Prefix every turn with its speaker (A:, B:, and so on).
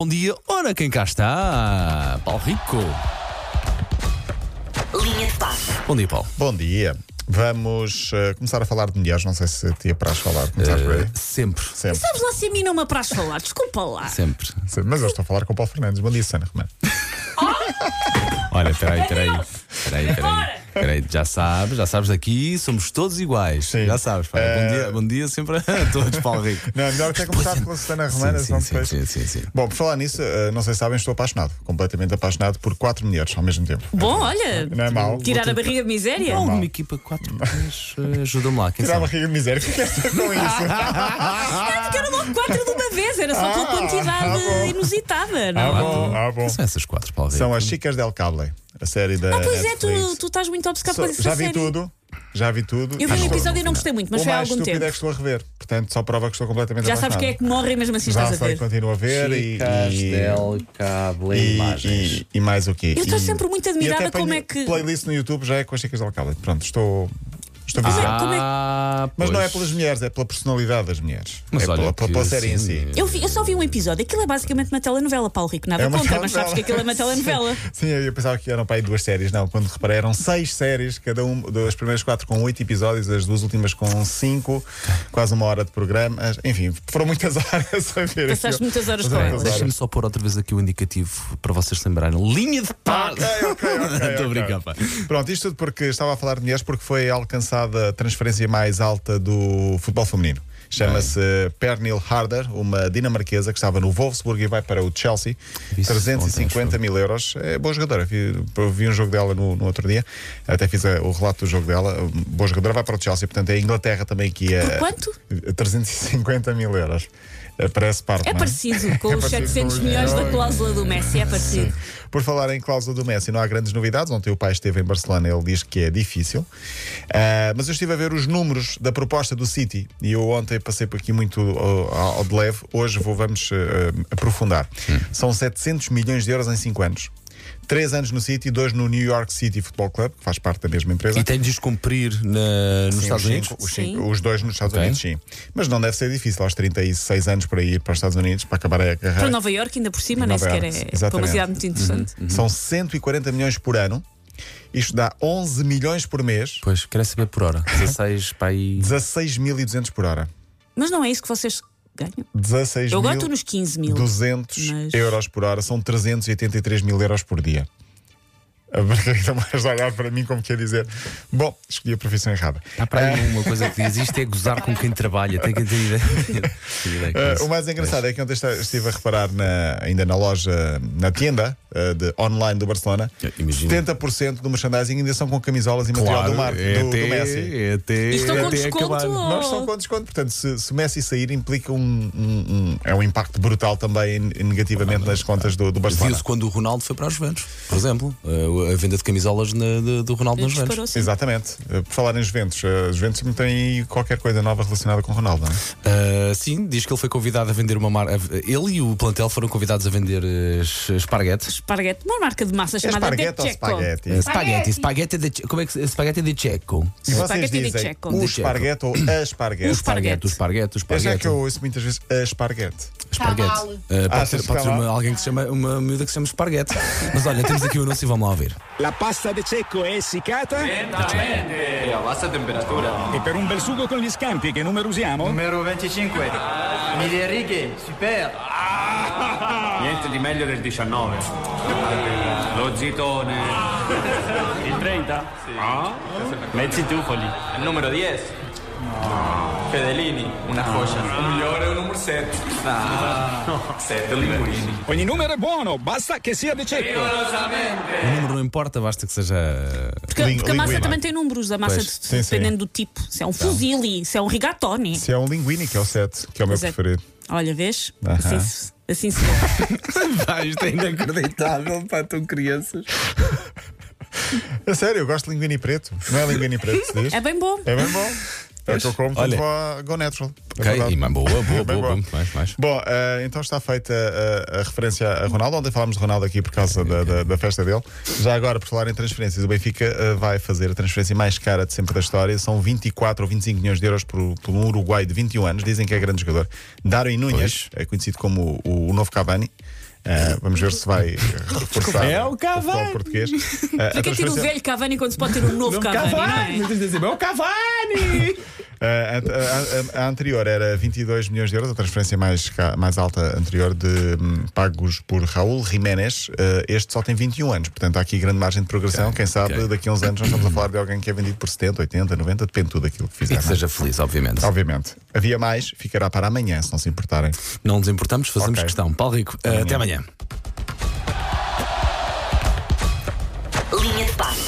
A: Bom dia, ora quem cá está? Paulo Rico.
B: Linha de passe.
A: Bom dia, Paulo.
C: Bom dia. Vamos eh, começar a falar de mulheres. Não sei se te apraz falar. Começar por aí.
A: Eh, sempre,
C: Sempre.
B: Sabes lá se a mim não me apraz falar, desculpa lá.
A: sempre.
C: Sempre. Mas eu estou a falar com o Paulo Fernandes. Bom dia, Sana Romano.
A: Olha, peraí, peraí.
B: Adeus.
A: Peraí, peraí.
B: Agora.
A: Peraí, já sabes, já sabes aqui, somos todos iguais.
C: Sim.
A: Já sabes, pá.
C: Eh,
A: Bom dia, bom dia sempre a todos, Paulo Rico.
C: Não, é melhor até
A: Pois
C: começar
A: é.
C: pela Sana Romana,
A: Sim,
C: senão
A: sim,
C: depois.
A: sim, sim, sim, sim.
C: Bom, por falar nisso, eh, não sei se sabem, estou apaixonado. Completamente apaixonado por quatro mulheres ao mesmo tempo.
B: Bom, olha,
C: Não é mau.
B: tirar a barriga de miséria.
A: Há Alguma equipa 4 3 ajuda-me lá, quem
C: Tirar a
A: sabe?
C: barriga de miséria. é Fiquei com isso.
B: Ah, porque eram logo quatro de uma vez, era só pela
C: Ah,
B: quantidade
C: ah, bom.
B: inusitada,
C: Ah,
B: não? é?
C: bom, ah, bom.
A: Quem são essas 4, Paulo Rico?
C: São as Chicas del Cable, a série da.
B: Ah, pois é, tu,
C: Netflix.
B: tu estás muito obcecado com
C: Sou-
B: essa
C: Já vi
B: série.
C: tudo. Já vi tudo.
B: Eu vi um
C: Estou-
B: episódio e não gostei muito, mas
C: o
B: foi há
C: mais
B: algum
C: estúpido
B: tempo.
C: é que estou a rever. Portanto, só prova que estou completamente
B: Já sabes
C: apaixonado.
B: quem é que morre e mesmo assim
C: Já
B: estás a
C: sei,
B: ver.
C: continuo a ver e- e.
D: Cable
C: e, e, e mais o quê?
B: Eu estou
C: E-
B: sempre muito
C: e
B: admirada
C: até
B: como
C: apanho
B: é que-
C: Playlist no YouTube já é com as chicas de Alcalde. Pronto, estou. Estou viciado.
B: é- como é que-
A: Ah,
C: Mas não é
A: pois.
C: pelas mulheres, é pela personalidade das mulheres.
A: Mas
C: é
A: olha
C: pela, pela- pela
A: que
C: série em si.
A: sim.
B: Eu, vi- eu só vi um episódio, aquilo é basicamente uma telenovela, Paulo Rico, nada
C: É uma
B: contra, mas sabes
C: telenovela.
B: que aquilo é uma telenovela.
C: Sim, eu pensava que eram para aí duas séries, não. Quando reparei, eram seis séries, cada um das primeiras quatro com oito episódios, as duas últimas com cinco, quase uma hora de programa. Enfim, foram muitas horas a ver.
B: Passaste
C: aquilo.
B: muitas horas
C: Mas
B: com
C: é,
B: elas.
C: muitas
A: Deixa-me
C: horas.
A: só pôr outra vez aqui o indicativo para vocês se lembrarem. Linha de paz! Estou a brincar, pá.
C: Pronto, isto tudo porque estava a falar de mulheres, porque foi alcançada a transferência mais alta do futebol feminino. Chama-se Pernil Harder, uma dinamarquesa que estava no Wolfsburg e vai para o Chelsea.
A: Vi isso
C: 350 mil euros. É boa jogadora. Vi, vi um jogo dela no, no outro dia, até fiz eh, o relato do jogo dela. Um, Boa jogadora, vai para o Chelsea, portanto é a Inglaterra também que é.
B: Por quanto?
C: 350 mil euros. Eh, Parece parte.
B: É
C: não
B: parecido com
C: É
B: os
C: parecido
B: 700
C: com os
B: milhões da
C: milhões.
B: cláusula do Messi, é parecido.
C: Por falar em cláusula do Messi, não há grandes novidades. Ontem o pai esteve em Barcelona, ele diz que é difícil. Ah, mas eu estive a ver os números da proposta do City e eu ontem passei por aqui muito ao, ao de leve. Hoje vou, vamos ah, aprofundar.
A: Hum.
C: São 700 milhões de euros em 5 anos. 3 anos no City, 2 no New York City Football Club, que faz parte da mesma empresa.
A: E tem de descumprir na, nos
C: Sim,
A: Estados
C: os
A: Unidos?
C: cinco- os,
B: Sim.
C: cinco- os dois nos Estados
A: Ok.
C: Unidos, sim. Mas não deve ser difícil aos 36 anos para ir para os Estados Unidos para acabar a carreira.
B: Para Nova Iorque, ainda por cima, nem
C: É. Nova
B: sequer
C: Iorque,
B: é
C: exatamente. Uhum.
B: para uma cidade muito interessante.
C: São 140 milhões por ano. Isto dá 11 milhões por mês,
A: Pois, quero saber por hora. 16 para aí.
C: 16.200 por hora.
B: Mas não é isso que vocês ganham. Eu agora estou nos
C: 16.200
B: 15 mil. Mas-
C: euros por hora são 383 mil euros por dia. A Margarida mais a olhar para mim como quer dizer. Bom, escolhi a profissão errada.
A: Há para aí uma coisa que diz: isto é gozar com quem trabalha. Tem que ter ideia. Tenho ideia com
C: Eh,
A: isso.
C: o mais engraçado é que ontem esta- estive a reparar na- ainda na loja, na tienda eh, de online do Barcelona,
A: Eu imagino.
C: 70% do merchandising ainda são com camisolas e material do, mar,
A: é
C: do- do
A: até-
C: Messi.
A: é até-
B: E estão com
A: até
B: desconto
A: acabar.
B: ou-
C: Não estão com desconto, portanto, se, se o Messi sair, implica um, um- um- é um impacto brutal também ne- negativamente nas contas do, do Barcelona.
A: Viu-se quando o Ronaldo foi para os Juventus, por exemplo, eh, a venda de camisolas na- de- do Ronaldo nas Juventus.
B: Disparou sim.
C: Exatamente. Eh, Por falar em Juventus, eh, Juventus não tem qualquer coisa nova relacionada com Ronaldo, não é?
A: Uh, sim, diz que ele foi convidado a vender uma marca. Ele e o plantel foram convidados a vender uh, es- esparguete.
B: Esparguete, uma marca de massa
C: É
B: chamada
C: esparguete
B: De
C: ou
B: Checo.
C: espaguete?
A: Uh, Spaghetti, spaghetti de, che- como é que se- spaghetti de checo?
C: E vocês
B: Espaguete de
C: dizem
B: Checo.
C: o
A: De Checo.
C: esparguete ou a esparguete?
A: O
B: O esparguete.
A: esparguete, o
C: É
A: esparguete.
C: já que eu ouço muitas vezes a esparguete.
A: esparguete. Uh, pode
C: Achas
A: ser,
C: que
A: pode ser
C: tá
A: uma-
C: lá?
A: alguém que se chama, uma miúda que se chama esparguete. Mas olha, temos aqui o anúncio e vamos lá ouvir.
E: La pasta de secco è essiccata?
F: E Eh, a bassa temperatura.
E: E per un bel sugo con gli scampi che numero usiamo?
F: Numero 25. Mille righe, super.
G: Niente di meglio del 19. Lo zitone.
H: Il 30? Sì. Mezzi tufoli.
F: Il numero 10. Fedelini, una coscia. Un migliore è un numero 7. Ah, 7 linguini.
E: Ogni numero è buono, basta che sia di secco.
A: O número não importa, basta que seja.
C: É
A: uh,
B: Porque, porque a massa
C: Linguine.
B: também tem números, a massa
A: Pois,
B: de-
C: sim,
B: dependendo do tipo. Se é um fuzili, se é um rigatoni.
C: Se é um linguini, que é o 7, que é o meu
B: Exato.
C: preferido.
B: Olha, vês?
C: Aham.
B: Assim se- Assim se vê.
A: Pá, Isto é inacreditável, pá, tão crianças.
C: A sério, eu gosto de linguini preto. Não é linguini preto, se diz?
B: É bem bom.
C: É bem bom. É o que eu como quando
A: Olha.
C: vou a Go Natural. É
A: Ok,
C: verdade.
A: e, mas boa, boa, boa,
C: Bem
A: boa.
C: bom.
A: Mais, mais.
C: Bom, eh, então está feita eh, a referência a Ronaldo. Ontem falámos de Ronaldo aqui por causa da, da- da festa dele. Já agora, por falar em transferências, o Benfica eh, vai fazer a transferência mais cara de sempre da história. São 24 ou 25 milhões de euros por, por um uruguaio de 21 anos. Dizem que é grande jogador. Darwin Nunes, é conhecido como o, o novo Cavani. Eh, vamos ver se vai reforçar
A: é o
C: futebol
A: Cavani.
C: português. Eh, a
B: Porquê ter o
C: transferência-
B: velho Cavani quando se pode ter um novo Cavani, não é?
A: Mas tens de dizer, é o Cavani!
C: Eh, a, a- a- a anterior era 22 milhões de euros, a transferência mais, ca- mais alta anterior de hum, pagos por Raul Jiménez. Eh, este só tem 21 anos, portanto há aqui grande margem de progressão. Quem sabe
A: ok.
C: daqui a uns anos nós estamos a falar de alguém que é vendido por 70, 80, 90, depende tudo daquilo que
A: E
C: fizer.
A: que
C: não é?
A: seja feliz, obviamente.
C: Obviamente. Havia mais, ficará para amanhã, se não se importarem.
A: Não nos importamos, fazemos
C: Ok. Uhum.
A: questão. Paulo Rico, eh, até amanhã.